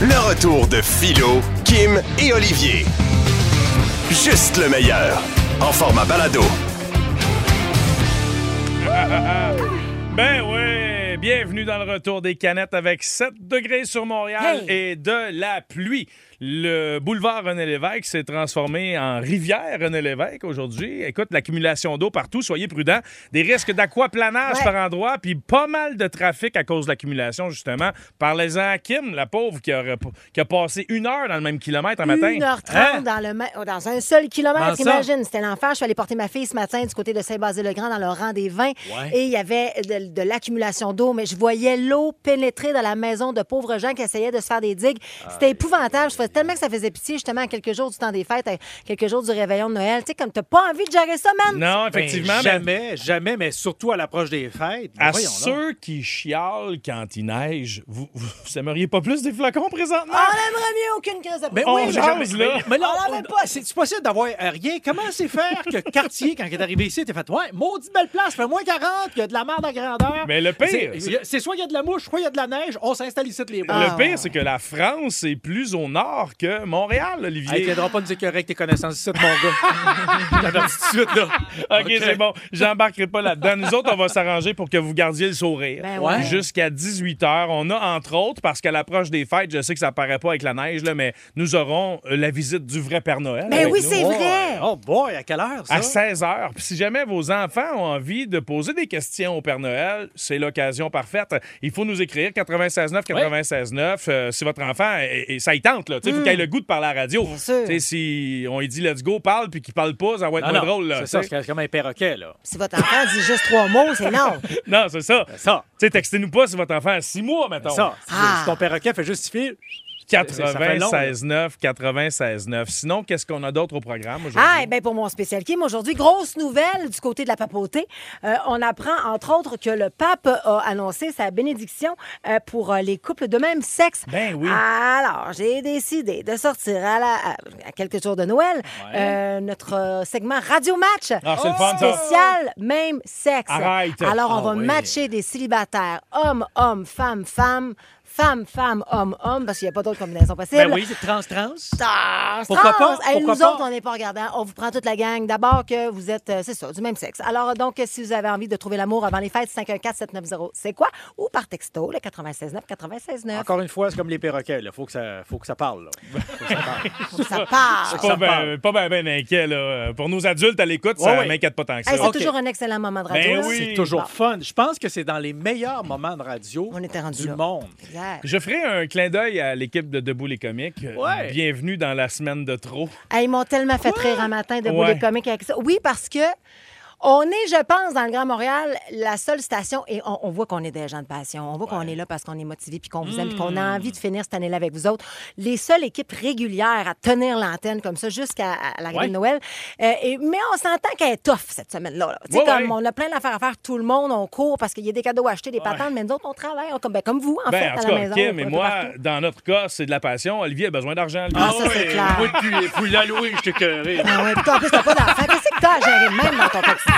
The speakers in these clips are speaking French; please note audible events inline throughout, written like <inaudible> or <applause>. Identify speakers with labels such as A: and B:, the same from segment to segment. A: Le retour de Philo, Kim et Olivier. Juste le meilleur. En format balado.
B: Ben oui! Bienvenue dans le retour des canettes avec 7 degrés sur Montréal et de la pluie. Le boulevard René Lévesque s'est transformé en rivière René Lévesque aujourd'hui. Écoute, l'accumulation d'eau partout, soyez prudents. Des risques d'aquaplanage par endroit, puis pas mal de trafic à cause de l'accumulation, justement. Parlez-en à Kim, la pauvre, qui, aurait- qui a passé une heure dans le même kilomètre un matin.
C: 1h30
B: Hein?
C: dans, le ma- oh, dans un seul
B: Dans
C: kilomètre,
B: ça.
C: imagine. C'était l'enfer. Je suis allée porter ma fille ce matin du côté de Saint-Basile-le-Grand dans le rang des vins. Et il y avait de, de l'accumulation d'eau, mais je voyais l'eau pénétrer dans la maison de pauvres gens qui essayaient de se faire des digues.
B: Ah,
C: C'était épouvantable. Je faisais tellement que ça faisait pitié, justement, à quelques jours du temps des fêtes, à quelques jours du réveillon de Noël. Tu sais, comme t'as pas envie de gérer ça, man.
B: Non, effectivement.
D: Ben,
B: mais-
D: jamais, jamais, mais surtout à l'approche des fêtes.
B: À
D: Ben Voyons donc.
B: ceux qui chialent quand il neige, vous, vous, vous aimeriez pas plus des flocons présentement?
C: On aimerait mieux aucune crise de Ah.
D: Mais
B: On
D: Ben oui,
B: jase,
D: jamais-
B: là.
D: Mais, mais là,
C: On l'avait
D: on-
C: pas.
D: c'est c'est possible d'avoir euh, rien. Comment c'est faire que Cartier, quand il est arrivé ici, t'es fait Ouais, maudite belle place, fait moins 40, il y a de la merde à grandeur.
B: Mais le pire,
D: C'est-
B: c'est- Ah.
D: il y a- c'est soit il y a de la mouche, soit il y a de la neige, on s'installe ici de les
C: Ah!
D: bois.
B: Le pire, c'est que la France est plus au nord que Montréal,
D: Hey,
B: Olivier.
D: viendra pas nous écœurer avec tes connaissances ici, mon Ah, gars. Je t'avertis tout de suite, là.
B: <laughs> OK, c'est bon. J'embarquerai pas là-dedans. Nous autres, on va s'arranger pour que vous gardiez le sourire.
C: Ben
D: Hein?
C: ouais.
B: Jusqu'à 18 h. On a, entre autres, parce qu'à l'approche des fêtes, je sais que ça paraît pas avec la neige, là, mais nous aurons euh, la visite du vrai Père Noël.
C: Ben
B: avec
C: oui,
B: nous.
C: c'est vrai.
D: Oh boy, à quelle heure, ça?
B: À 16 h. Puis si jamais vos enfants ont envie de poser des questions au Père Noël, c'est l'occasion parfaite. Il faut nous écrire 96.9 96.9 euh, si votre enfant, et, et ça y tente, là. Tu
D: Mm.
B: sais, faut qu'il ait le goût de parler à la radio.
C: Bien sûr.
B: Tu sais, si on lui dit let's go, parle, puis qu'il parle pas, ça va être
D: Non,
B: moins
D: non,
B: drôle, là.
D: C'est ça,
B: tu sais.
D: c'est comme un perroquet, là.
C: Si votre enfant dit juste trois mots, c'est
B: <laughs>
C: non.
B: Non, c'est ça. Tu
D: Ça,
B: sais, textez-nous pas si votre enfant a 6 mois, mettons.
D: ça.
C: Ah.
D: Si ton perroquet fait justifier,
B: 96.9 96.9. Sinon, qu'est-ce qu'on a d'autre au programme aujourd'hui?
C: Ah, eh ben pour mon spécial Kim, aujourd'hui, grosse nouvelle du côté de la papauté. Euh, on apprend, entre autres, que le pape a annoncé sa bénédiction euh, pour euh, les couples de même sexe.
B: Ben oui.
C: Alors, j'ai décidé de sortir à, la, à- à quelques jours de Noël euh, notre euh, segment Radio Match.
B: Ah, c'est le fun, ça.
C: Spécial même sexe.
B: Arrête.
C: Alors, on
D: Ah
C: va
D: oui.
C: matcher des célibataires, hommes, hommes, femmes, femmes, femmes, femmes, hommes, hommes, parce qu'il n'y a pas d'autres combinaisons possibles.
D: ben oui, c'est trans-trans.
C: Ah,
D: Pourquoi
C: trans!
D: pas?
C: Hey,
D: Pourquoi
C: nous
D: pas?
C: autres, on n'est pas regardant. On vous prend toute la gang. D'abord que vous êtes, euh, c'est ça, du même sexe. Alors, euh, donc, euh, si vous avez envie de trouver l'amour avant les fêtes, 514-790, c'est quoi? Ou par texto, le 96 9 96 9.
D: Encore une fois, c'est comme les perroquets, là. Faut que ça, faut que ça parle, là.
B: Ben
D: Faut que
C: Ça
D: ça parle.
C: part!
B: Pas
D: ça
B: bien
D: parle.
B: pas ben, ben inquiet, là. Pour nos adultes à l'écoute,
D: Ouais,
B: ça
D: ouais.
B: m'inquiète pas tant que ça.
C: Hey, c'est
D: Ok.
C: toujours un excellent moment de radio.
B: Ben
C: là.
B: oui.
D: C'est toujours
C: Bon.
D: fun. Je pense que c'est dans les meilleurs moments de radio
C: On était rendu
D: du
C: là.
D: monde.
C: Exact.
B: Je ferai un clin d'œil à l'équipe de Debout les comiques. Euh,
D: Ouais.
B: Bienvenue dans la semaine de trop.
C: Hey, ils m'ont tellement fait rire un matin de
B: Ouais.
C: bouler comique avec ça. Oui, parce que on est, je pense, dans le Grand Montréal, la seule station, et on, on voit qu'on est des gens de passion. On voit qu'on est là parce qu'on est motivé, puis qu'on vous aime, puis qu'on
B: Hmm.
C: a envie de finir cette année-là avec vous autres. Les seules équipes régulières à tenir l'antenne comme ça jusqu'à à l'arrivée
D: Ouais.
C: de Noël. Euh, et- mais on s'entend qu'elle est tough cette semaine-là. là. Tu sais,
B: Ouais,
C: comme
B: ouais.
C: on a plein d'affaires à faire, tout le monde, on court parce qu'il y a des cadeaux à acheter, des patentes, mais nous autres, on travaille, on- comme, ben, comme vous, en fait,
B: Ben, en
C: à
B: tout
C: la
B: cas,
C: maison.
B: Kim
C: un
B: et
C: peu
B: moi,
C: partout.
B: dans notre cas, c'est de la passion. Olivier a besoin d'argent. lui.
C: Ah, ça, c'est clair.
D: tu fouilles la louer, je t'ai cœuré.
C: Ah ouais, puis en plus, t'as pas d'enfant. Qu'est-ce que t'as à gérer de même dans ton quotidien?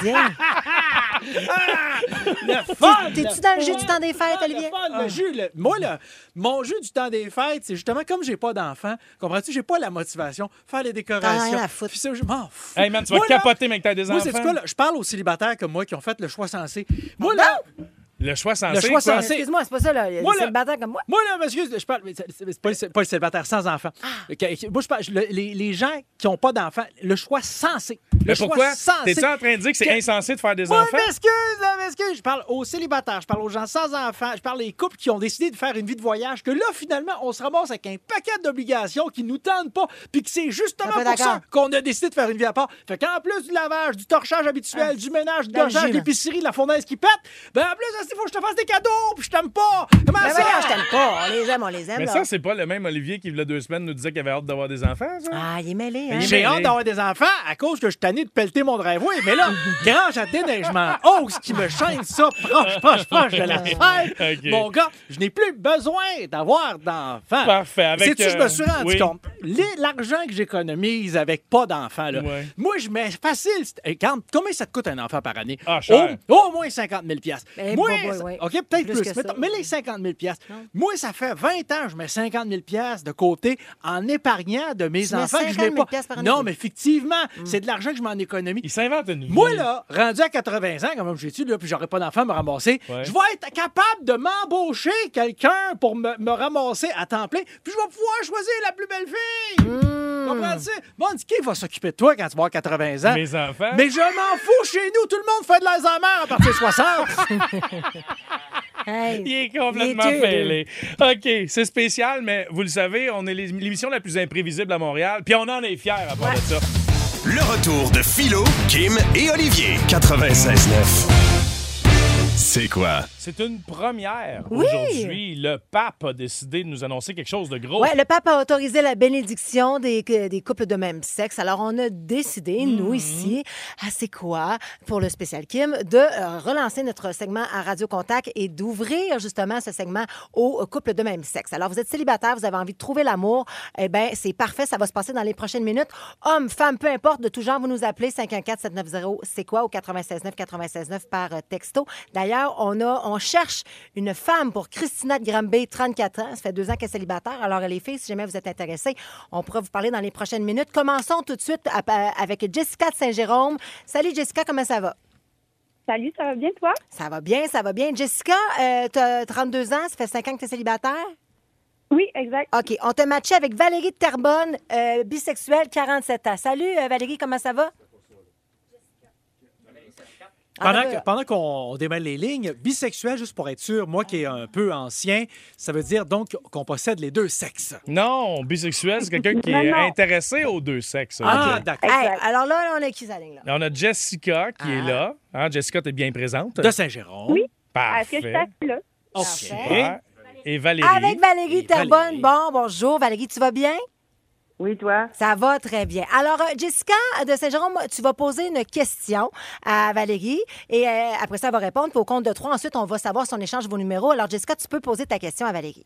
C: T'es-tu dans le jeu du temps des fêtes, Olivier?
D: Le jeu, le- moi, le- mon jeu du temps des fêtes, c'est justement comme j'ai pas d'enfant, comprends-tu, j'ai pas la motivation, faire les décorations.
C: rien à foutre.
D: Puis ça, je m'en fous.
B: Hey, man, tu vas
D: Moi, là,
B: capoter, mec, t'as des
D: Moi,
B: enfants.
D: c'est quoi, là, je parle aux célibataires comme moi qui ont fait le choix sensé.
C: Ah,
D: Moi, là,
B: Le choix sensé.
D: Le choix
B: quoi.
D: sensé.
C: Excuse-moi, c'est pas ça, là.
D: Moi,
C: c'est
D: là-
C: le bâtard comme moi.
D: Moi, là, monsieur, je parle. mais c'est- c'est- C'est pas, le- c'est pas le célibataire sans enfant.
C: Ah.
D: Ok, Moi, je parle. je- le- les, les gens qui n'ont pas d'enfants, le choix sensé. Le
B: Mais
D: choix
B: pourquoi?
D: sensé.
B: T'es-tu en train de dire que c'est
D: Que-
B: insensé de faire des
D: Ouais,
B: enfants?
D: m'excuse, là, m'excuse. Je parle aux célibataires, je parle aux gens sans enfants, je parle des couples qui ont décidé de faire une vie de voyage, que là, finalement, on se ramasse avec un paquet d'obligations qui nous tendent pas, puis que c'est justement
C: Un peu
D: pour ça
C: d'accord.
D: qu'on a décidé de faire une vie à part. Fait qu'en plus du lavage, du torchage habituel, du ménage, du
C: Ah. dans le
D: gorgeage,
C: jus,
D: de
C: là.
D: l'épicerie, de la fournaise qui pète, ben en plus, il faut que je te fasse des cadeaux, puis je t'aime pas. Comment
C: Mais
D: ça?
C: Ben voyons, je t'aime pas. On les aime, on les aime.
B: Mais
C: là.
B: ça, c'est pas le même Olivier qui, il y a deux semaines, nous disait qu'il avait hâte d'avoir des enfants, ça?
C: Ah, il est mêlé, hein?
B: Mais il est
D: J'ai
B: mêlé.
D: hâte d'avoir des enfants à cause que je suis tanné de pelleter mon driveway. Mais
B: <laughs>
D: là, grand j'atteins, je hausse Oh, qui me chaîne ça proche, proche, proche
B: <laughs>
D: de la fête.
B: Ok.
D: Mon gars, je n'ai plus besoin d'avoir d'enfants.
B: Parfait, avec,
D: Sais-tu, je
B: euh,
D: me suis rendu
B: oui.
D: compte, les- l'argent que j'économise avec pas d'enfants, là,
B: Ouais.
D: moi, je mets facile. c'est- eh, quand- combien ça te coûte un enfant par année?
B: Ah, cher.
D: Au, au moins 50 000 piastres.
C: Ben,
D: Moi,
C: bah, bah,
D: ça-
C: ouais.
D: OK, peut-être
C: Plus
D: plus.
C: que ça.
D: mettons, mais les 50 000 piastres, moi, ça fait 20 ans que je mets 50 000 piastres de côté en épargnant de mes
C: Tu mets
D: enfants que je
C: 50
D: n'ai
C: 000
D: pas.
C: piastres par année. Hmm.
D: non, mais effectivement, c'est de l'argent que je m'en économise.
B: Il s'invente une vie.
D: Moi, là, rendu à 80 ans, comme j'ai dit, là, puis j'aurais pas d'enfant à me ramasser,
B: Ouais.
D: je vais être capable de m'embaucher quelqu'un pour me, me ramasser à temps plein, puis je vais pouvoir choisir la plus belle fille.
C: Hmm.
D: Comprends-tu? Bon, on dit, qui va s'occuper de toi quand tu vas avoir 80 ans?
B: Mes enfants.
D: Mais je m'en fous chez nous, tout le monde fait de l'Alzheimer à partir de 60.
C: Hey.
B: Il est complètement
C: Il est deux,
B: mêlé. OK, c'est spécial, mais vous le savez, on est les- l'émission la plus imprévisible à Montréal, puis on en est fiers à part de ça.
A: Le retour de Philo, Kim et Olivier. 96.9. C'est quoi?
B: C'est une première.
C: Oui.
B: Aujourd'hui, le pape a décidé de nous annoncer quelque chose de gros.
C: Ouais, le pape a autorisé la bénédiction des, que- des couples de même sexe. Alors, on a décidé, nous ici, à C'est quoi, pour le spécial Kim, de euh, relancer notre segment à Radio Contact et d'ouvrir justement ce segment aux euh, couples de même sexe. Alors, vous êtes célibataire, vous avez envie de trouver l'amour, eh bien, c'est parfait, ça va se passer dans les prochaines minutes. Hommes, femmes, peu importe, de tout genre, vous nous appelez 514-790 C'est quoi au 969 969 par euh, texto. D'ailleurs, on, a, on cherche une femme pour Christina de Grambay, 34 ans. Ça fait deux ans qu'elle est célibataire. Alors, les filles, si jamais vous êtes intéressés, on pourra vous parler dans les prochaines minutes. Commençons tout de suite à- à- avec Jessica de Saint-Jérôme. Salut Jessica, comment ça va?
E: Salut, ça va bien toi?
C: Ça va bien, ça va bien. Jessica, tu as 32 ans, ça fait 5 ans que tu es célibataire.
E: Oui, exact.
C: OK, on t'a matché avec Valérie de Terbonne, euh, bisexuelle, 47 ans. Salut euh, Valérie, comment ça va?
D: Pendant,
C: Ah,
D: que- pendant qu'on démêle les lignes, bisexuel, juste pour être sûr, moi qui est un peu ancien, ça veut dire donc qu'on possède les deux sexes.
B: Non, bisexuel, c'est quelqu'un qui
E: Non,
B: est
E: non.
B: intéressé aux deux sexes.
D: Ah,
B: OK.
D: d'accord.
C: Hey,
E: Exact.
C: alors là, on a qui ça ligne là?
B: On a Jessica qui est là. Hein, Jessica, t'es bien présente.
D: De Saint-Jérôme.
E: Oui. Est-ce
B: Parfait.
E: que je t'appelle là?
D: OK.
B: Super. Et Valérie.
C: Avec Valérie
D: Et
C: Terbonne.
D: Valérie.
C: Bon, bonjour Valérie, tu vas bien?
E: Oui, toi.
C: Ça va très bien. Alors, euh, Jessica de Saint-Jérôme, tu vas poser une question à Valérie et euh, après ça, elle va répondre. Puis au compte de trois, ensuite, on va savoir si on échange vos numéros. Alors, Jessica, tu peux poser ta question à Valérie.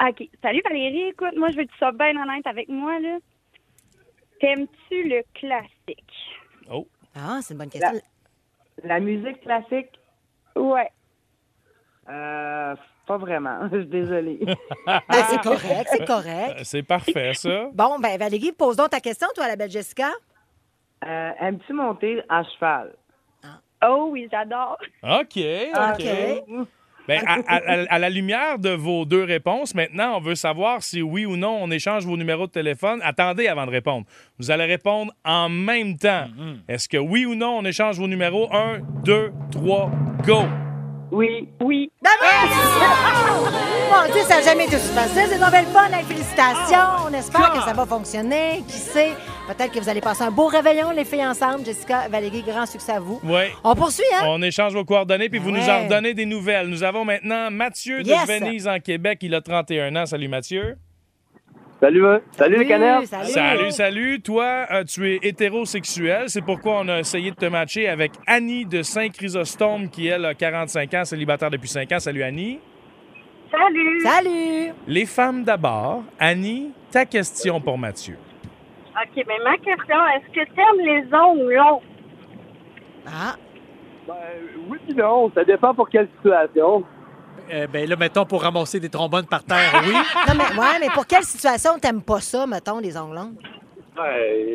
E: OK. Salut Valérie, écoute, moi je veux que tu sois bien honnête avec moi là. T'aimes-tu le classique?
B: Oh.
C: Ah, c'est une bonne question.
F: La musique classique,
E: Ouais.
F: euh, pas vraiment. <laughs> Je suis
D: <laughs>
F: désolée.
C: Ben, c'est correct, c'est correct.
B: Euh, C'est parfait, ça.
C: Bon, ben Valérie, pose donc ta question, toi, à la belle Jessica.
F: Euh, Aimes-tu monter à cheval?
E: Oh oui, j'adore.
B: OK, OK.
C: OK.
B: Ben,
C: Ah.
B: à, à- à- à la lumière de vos deux réponses, maintenant, on veut savoir si oui ou non on échange vos numéros de téléphone. Attendez avant de répondre. Vous allez répondre en même temps.
C: Mm,
B: Est-ce que oui ou non on échange vos numéros? Un, deux, trois, go!
F: Oui.
E: Oui.
C: Ben,
B: <laughs>
C: voyons! Mon Dieu, ça n'a jamais été aussi facile. C'est une belle fun. hein.
B: Ah.
C: Félicitations. On espère que ça va fonctionner. Qui sait? Peut-être que vous allez passer un beau réveillon, les filles, ensemble. Jessica, Valérie, grand succès à vous.
B: Ouais.
C: On poursuit, hein?
B: On échange vos coordonnées, puis vous nous en
C: Ouais.
B: redonnez des nouvelles. Nous avons maintenant Mathieu
C: Yes.
B: de Venise, en Québec. Il a 31 ans. Salut, Mathieu.
F: Salut, hein. salut les canards.
C: Salut.
B: Salut, salut. Toi, euh, tu es hétérosexuel. C'est pourquoi on a essayé de te matcher avec Annie de Saint-Chrysostome, qui, elle, a 45 ans, célibataire depuis 5 ans. Salut, Annie.
E: Salut.
C: Salut!
B: Les femmes d'abord. Annie, ta question pour Mathieu.
E: OK, mais ma question, est-ce que t'aimes les ongles longs?
C: Ah,
F: oui puis non, ça dépend pour quelle situation.
D: Euh, ben là, mettons, pour ramasser des trombones par terre,
C: <laughs>
D: oui.
C: non, mais, ouais, mais pour quelle situation t'aimes pas ça, mettons, les ongles longs?
F: Ouais,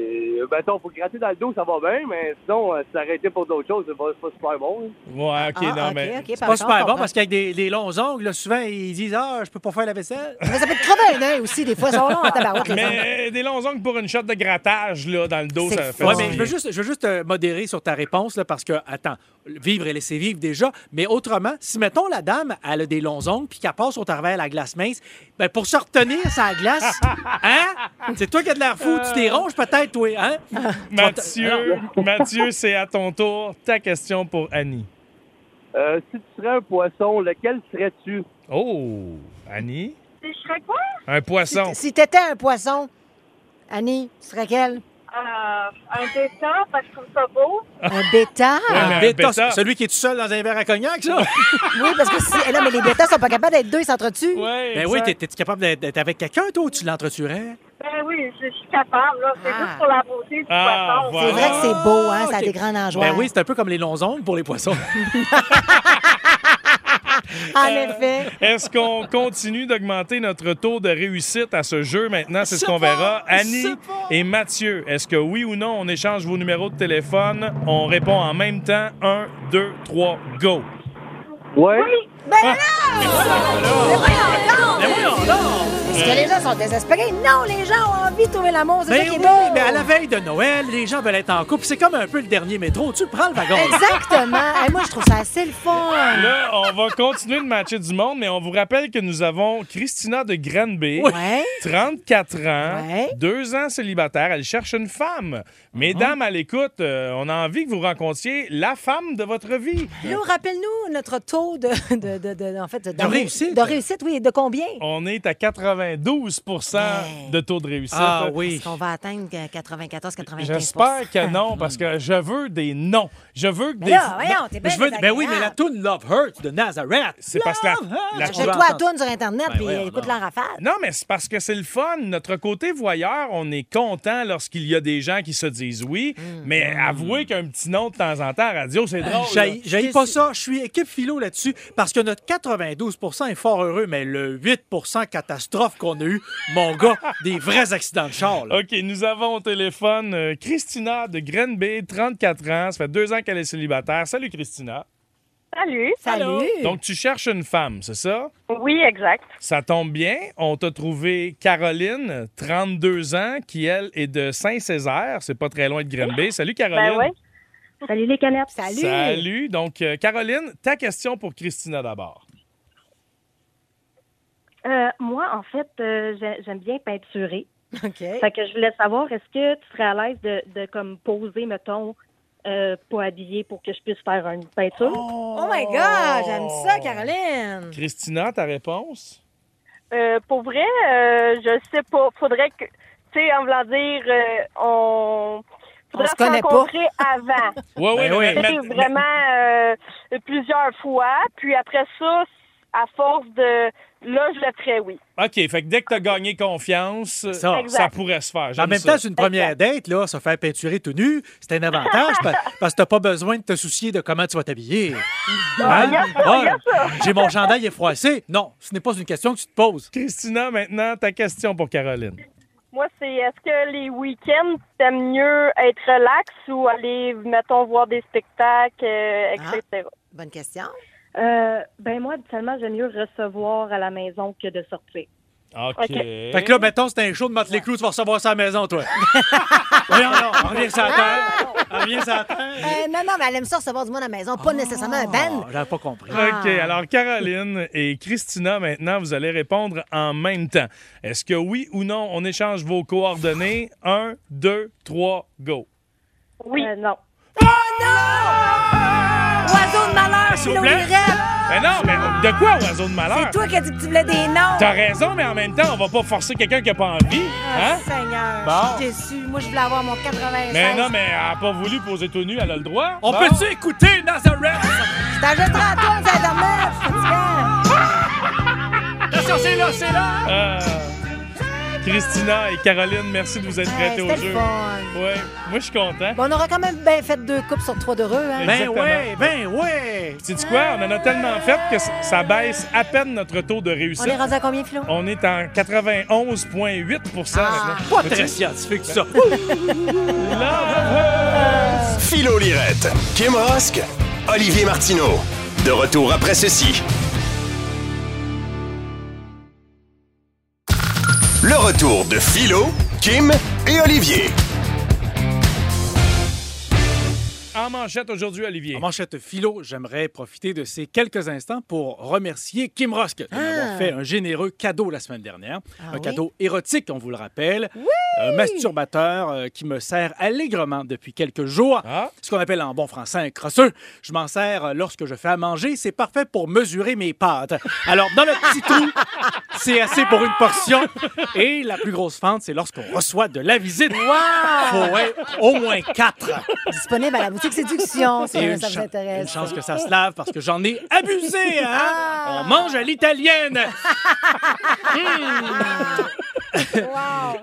F: euh, ben attends, faut gratter dans le dos, ça va bien, mais sinon, euh, s'arrêter pour d'autres choses, c'est pas, c'est pas super bon. hein.
B: Ouais, OK,
C: Ah,
B: non,
C: ok,
B: mais.
C: ok,
D: C'est pas
C: pardon,
D: super bon
C: pardon.
D: parce qu'avec des, des longs ongles, là, souvent, ils disent Ah, je peux pas faire la vaisselle.
C: Mais ça peut te crever un œil aussi, des fois, ils sont longs en tabarouette, les ongles.
B: Mais euh, des longs ongles pour une shot de grattage là, dans le dos,
C: C'est
B: ça fait
C: fort.
D: Ouais,
B: du
D: mais je
B: bien.
D: veux juste, je veux juste euh, modérer sur ta réponse là, parce que, attends, vivre et laisser vivre déjà. Mais autrement, si mettons la dame, elle a des longs ongles puis qu'elle passe au travers la glace mince, ben pour se retenir
B: <laughs>
D: sa glace, hein? C'est toi qui as de l'air fou, tu
B: Euh.
D: t'es ronges peut-être, toi, hein?
B: Ben, Mathieu, Mathieu, c'est à ton tour. Ta question pour Annie.
F: Euh, si tu serais un poisson, lequel serais-tu?
B: Oh, Annie?
E: Je serais quoi?
B: Un poisson.
C: Si t'étais un poisson, Annie, tu serais quel?
E: Euh, un dessin, parce que je trouve ça beau.
C: Un bêta?
B: Ouais, mais un
D: Bêta,
B: bêta.
D: Ben, Celui qui est tout seul dans un verre à
B: <laughs>
D: cognac, ça?
C: Oui, parce que si. eh Non, mais les bêtas sont pas capables d'être deux, ils s'entretuent.
B: Ouais,
D: ben oui,
B: exact.
D: t'es- t'es-tu capable d'être d'être avec quelqu'un, toi, ou tu l'entretuerais?
E: Ben oui, je, je suis capable, là. C'est
C: Ah.
E: juste pour la beauté du
B: Ah,
E: poisson.
C: C'est
B: voilà.
C: vrai que c'est beau, hein? Ça a
D: ok.
C: des grands
D: Ben
C: nageoires.
D: oui, c'est un peu comme les longs ongles pour
C: <laughs>
D: les poissons.
C: En effet.
B: Est-ce qu'on continue d'augmenter notre taux de réussite à ce jeu maintenant? C'est
D: Je
B: ce
D: sais
B: qu'on
D: pas,
B: verra.
D: je
B: Annie
D: sais pas.
B: et Mathieu, est-ce que oui ou non, on échange vos numéros de téléphone? On répond en même temps. 1, 2, 3, go!
F: Ouais.
C: Ben
D: Ben
C: Est-ce que les gens sont désespérés? Non, les gens ont envie de trouver l'amour. C'est ça
D: Ben
C: qui est
D: oui,
C: beau.
D: mais à la veille de Noël, les gens veulent être en couple. C'est comme un peu le dernier métro. Tu prends le wagon.
C: Exactement. Eh, moi, je trouve ça assez le fun.
B: Là, on va continuer de matcher du monde, mais on vous rappelle que nous avons Christina de Granby.
C: Ouais.
B: 34 ans,
C: Ouais.
B: deux ans célibataire, elle cherche une femme. Mesdames,
D: Ah.
B: à l'écoute, euh, on a envie que vous rencontriez la femme de votre vie.
C: Nous, rappelle-nous notre taux de, de, de, de- en fait, de,
D: réussite. Oh.
C: De réussite, oui. De combien?
B: On est à 92 de taux de réussite.
D: Ah
C: Est-ce
D: oui.
C: qu'on va atteindre euh, 94-95
B: J'espère que non, parce que je veux des noms. Je veux que des.
C: Ben là, voyons, t'es Eh, bien
D: Je veux- ben oui,
C: désagréable.
D: mais la tune Love Hurts de Nazareth.
B: C'est parce que la- la-
D: Hurts.
C: Jette-toi à tourne sur Internet
D: Ben
C: puis euh,
D: voyons
C: écoute
D: donc.
C: la en rafale.
B: Non, mais c'est parce que c'est le fun. Notre côté voyeur, on est content lorsqu'il y a des gens qui se disent oui, mais
D: Mm.
B: avouez qu'un petit nom de temps en temps à radio, c'est drôle. là.
D: J'haïs j'haïs pas ça. Je suis équipe philo là-dessus parce que notre 92 est fort heureux, mais le 8 catastrophe qu'on a eu, mon gars, des vrais accidents de char. là.
B: OK, nous avons au téléphone euh, Christina de Green Bay, 34 ans. Ça fait deux ans qu'elle est célibataire. Salut, Christina.
E: Salut.
C: Salut.
B: Donc, tu cherches une femme, c'est ça?
E: Oui, exact.
B: Ça tombe bien. On t'a trouvé Caroline, 32 ans, qui, elle, est de Saint-Césaire. C'est pas très loin de Green Bay. Salut, Caroline.
E: Ben oui. Salut les canettes.
C: Salut.
B: Salut. Donc, euh, Caroline, ta question pour Christina d'abord.
E: Euh, moi, en fait, euh, j'ai- j'aime bien peinturer.
C: <laughs> OK.
E: Fait que je voulais savoir, est-ce que tu serais à l'aise de, de comme poser, mettons, euh, pas habillé pour que je puisse faire une peinture?
C: Oh my God, j'aime ça, Caroline.
B: Oh! Christina, ta réponse?
E: Euh, pour vrai, euh, je sais pas. Faudrait que, tu sais, en voulant dire, euh, on.
C: On
E: Faudrait
C: se connaît pas.
E: rencontrer
C: <laughs>
E: avant.
B: Ouais, ouais,
D: Ben oui.
B: mais-
E: Tu sais,
B: mais-
E: vraiment euh, plusieurs fois. Puis après ça, à force de. Là, je le ferais, oui.
B: OK, fait que dès que t'as gagné confiance, ça,
E: Exact.
B: pourrait se faire. J'aime
D: En même
B: ça.
D: temps, c'est une première date, là, se faire peinturer tout nu, c'est un avantage pa- parce que t'as pas besoin de te soucier de comment tu vas t'habiller. Hein? Bon, J'ai mon chandail est froissé. Non, ce n'est pas une question que tu te poses.
B: Christina, maintenant, ta question pour Caroline.
E: Moi, c'est est-ce que les week-ends, t'aimes mieux être relax ou aller, mettons, voir des spectacles, euh, etc.?
C: Bonne question.
E: Euh, ben moi, habituellement, j'aime mieux recevoir à la maison que de sortir.
B: OK.
E: OK.
D: Fait que là, mettons, c'est un show de Motley Crue, tu vas recevoir ça à la maison, toi. Voyons, non, reviens sur la
E: Ah!
D: terre. Reviens sur la terre.
C: Euh, non, non, mais elle aime ça recevoir du monde à la maison,
B: Ah.
C: pas nécessairement un
D: Oh,
C: band.
D: J'avais pas compris.
B: OK, alors Caroline et Christina, maintenant, vous allez répondre en même temps. Est-ce que oui ou non, on échange vos coordonnées? 1, 2, 3, go.
E: Oui. non.
B: Ah,
C: Oiseau de malheur, Philo
B: plaît.
C: Lirette.
B: Mais non, mais de quoi, oiseau de malheur?
C: C'est toi qui as dit que tu voulais des noms.
B: T'as raison, mais en même temps, on va pas forcer quelqu'un qui a pas envie.
C: Ah,
B: Hein?
C: Seigneur,
B: Bon.
C: je suis déçue. Moi, je voulais avoir mon 96.
B: Mais non, mais elle a pas voulu poser tout nu, elle a le droit.
D: On
B: Bon.
D: peut-tu écouter Nazareth?
C: Je t'achèterai à toi, c'est Internet. c'est fatigant.
D: Attention, c'est là, c'est là!
B: Euh, Christina et Caroline, merci de <laughs> vous être
C: Ouais,
B: prêtées au
C: C'était le
B: jeu.
C: fun. Ben
B: Ouais, moi je suis content.
C: Bon, on aura quand même bien fait deux coupes sur trois d'heureux. Hein?
D: Ben
B: Exactement.
D: ouais, ben ouais!
B: Tu dis quoi? On en a tellement fait que ça- ça baisse à peine notre taux de
C: on
B: réussite.
C: est rendu à combien, Philo?
B: On est en 91,8
C: Ah!
B: maintenant.
D: Pas très scientifique, ça.
A: Philo Lirette, Kim Rosk, Olivier Martineau. De retour après ceci. Le retour de Philo, Kim et Olivier.
B: En manchette aujourd'hui, Olivier.
D: En manchette philo, j'aimerais profiter de ces quelques instants pour remercier Kim Rosk de m'avoir fait un généreux cadeau la semaine dernière.
C: Ah
D: un
C: oui?
D: cadeau érotique, on vous le rappelle. un masturbateur euh, qui me sert allègrement depuis quelques jours.
B: Ah.
D: Ce qu'on appelle en bon français un crosseux. Je m'en sers euh, lorsque je fais à manger. C'est parfait pour mesurer mes pâtes. Alors, dans le petit
C: <laughs>
D: trou, c'est assez pour une portion. Et la plus grosse fente, c'est lorsqu'on reçoit de la visite. Faut être au moins quatre.
C: Disponible à la boutique Séduction, si
D: Et
C: jamais
D: une
C: ça vous
D: chan- Une
C: intéresse.
D: chance que ça se lave parce que j'en ai abusé, hein?
C: Ah!
D: On mange à
C: <laughs>
D: l'italienne!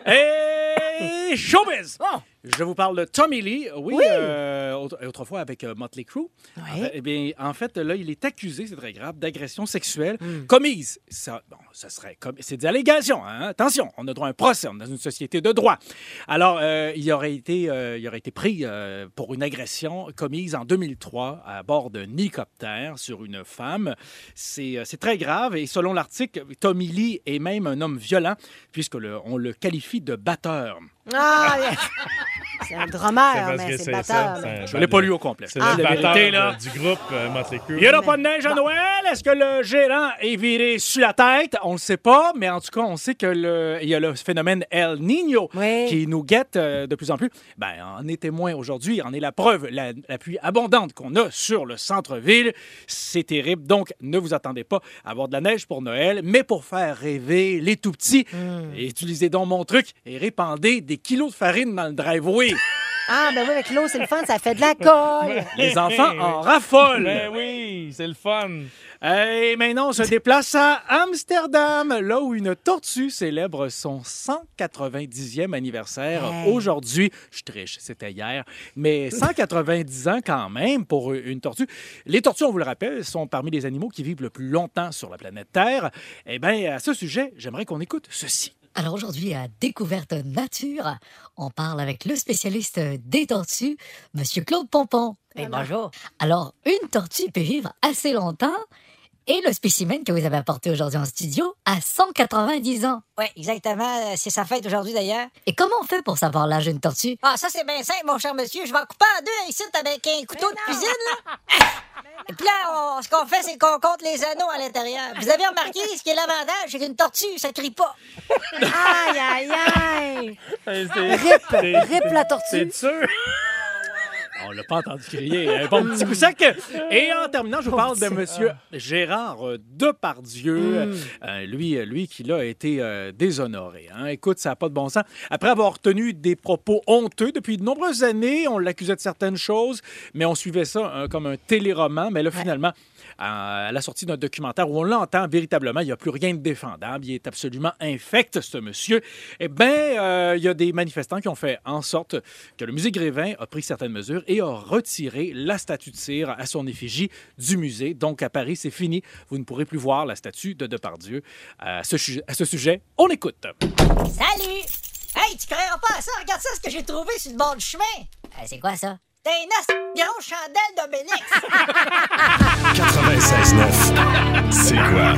D: Hmm. Et showbiz!
C: Oh.
D: Je vous parle de Tommy Lee, oui,
C: Oui.
D: euh, autre- autrefois avec euh, Motley Crue. En
C: Ouais.
D: fait, eh bien, en fait, là, il est accusé, c'est très grave, d'agression sexuelle commise. Ça, bon, ça serait comme, c'est des allégations. hein. Attention, on a droit à un procès. On est dans une société de droit. Alors, euh, il aurait été, euh, il aurait été pris euh, pour une agression commise en 2003 à bord d'un hélicoptère sur une femme. C'est, euh, c'est très grave. Et selon l'article, Tommy Lee est même un homme violent puisque le- on le qualifie de batteur.
C: Ah, yes. <laughs> c'est un
B: C'est
C: drummer,
B: parce que
C: Ah, mais c'est
B: c'est
C: le
B: ça,
C: batteur.
B: c'est un
D: Je l'ai pas lu au complet.
B: C'est
D: Ah,
B: le
D: la
B: batteur
D: vérité,
B: euh,
D: là.
B: du groupe euh, Motley Crue.
D: Il n'y aura pas de neige à Noël. Est-ce que le gérant est viré sur la tête? On ne le sait pas, mais en tout cas, on sait que le- il y a le phénomène El Niño
C: Oui.
D: qui nous guette euh, de plus en plus. Ben, en est témoin aujourd'hui. En est la preuve. La, la pluie abondante qu'on a sur le centre-ville, c'est terrible. Donc, ne vous attendez pas à avoir de la neige pour Noël, mais pour faire rêver les tout-petits,
B: Hmm.
D: utilisez donc mon truc et répandez des kilos de farine dans le driveway.
C: Ah, ben oui, avec l'eau, c'est le fun, ça fait de la
B: <laughs>
C: colle.
D: les enfants en raffolent.
B: Ben oui, c'est le fun.
D: Et maintenant, on se déplace à Amsterdam, là où une tortue célèbre son 190e anniversaire
C: Hey.
D: aujourd'hui. Je triche, c'était hier, mais 190 ans quand même pour une tortue. Les tortues, on vous le rappelle, sont parmi les animaux qui vivent le plus longtemps sur la planète Terre. Eh bien, à ce sujet, j'aimerais qu'on écoute ceci.
G: Alors aujourd'hui, à Découverte Nature, on parle avec le spécialiste des tortues, Monsieur Claude Pompon. Et bonjour. Alors, une tortue peut vivre assez longtemps, et le spécimen que vous avez apporté aujourd'hui en studio a 190 ans.
H: Oui, exactement. euh, C'est sa fête aujourd'hui, d'ailleurs.
G: Et comment on fait pour savoir l'âge d'une tortue
H: Ah, ça, c'est bien simple, mon cher monsieur. Je vais en couper en deux ici avec un couteau de cuisine, là. Et puis là, on- ce qu'on fait, c'est qu'on compte les anneaux à l'intérieur. Vous avez remarqué, ce qui est l'avantage, c'est qu'une tortue, ça crie pas.
C: Aïe, aïe, aïe.
B: C'est
C: Rip, rip la tortue.
B: sûr.
D: On l'a pas entendu crier. Un bon petit coup sec. Et en terminant, je vous parle de Monsieur Gérard euh, Depardieu. Euh, lui, euh, lui qui là a été euh, déshonoré. hein. Écoute, ça n'a pas de bon sens. Après avoir tenu des propos honteux depuis de nombreuses années, on l'accusait de certaines choses, mais on suivait ça hein, comme un téléroman. Mais là, finalement, Euh, à à la sortie d'un documentaire où on l'entend véritablement, il n'y a plus rien de défendable, il est absolument infect, ce monsieur. Eh bien, euh, il y a des manifestants qui ont fait en sorte que le musée Grévin a pris certaines mesures et a retiré la statue de cire à son effigie du musée. Donc, à Paris, c'est fini. Vous ne pourrez plus voir la statue de Depardieu. Euh, À ce, ju- à ce sujet, on écoute.
H: Salut! Hey, tu croiras pas à ça? Regarde ça, ce que j'ai trouvé sur le bord du chemin.
G: Euh, C'est quoi ça
H: T'as une as gros chandelle d'Obélix.
A: 96.9. C'est quoi?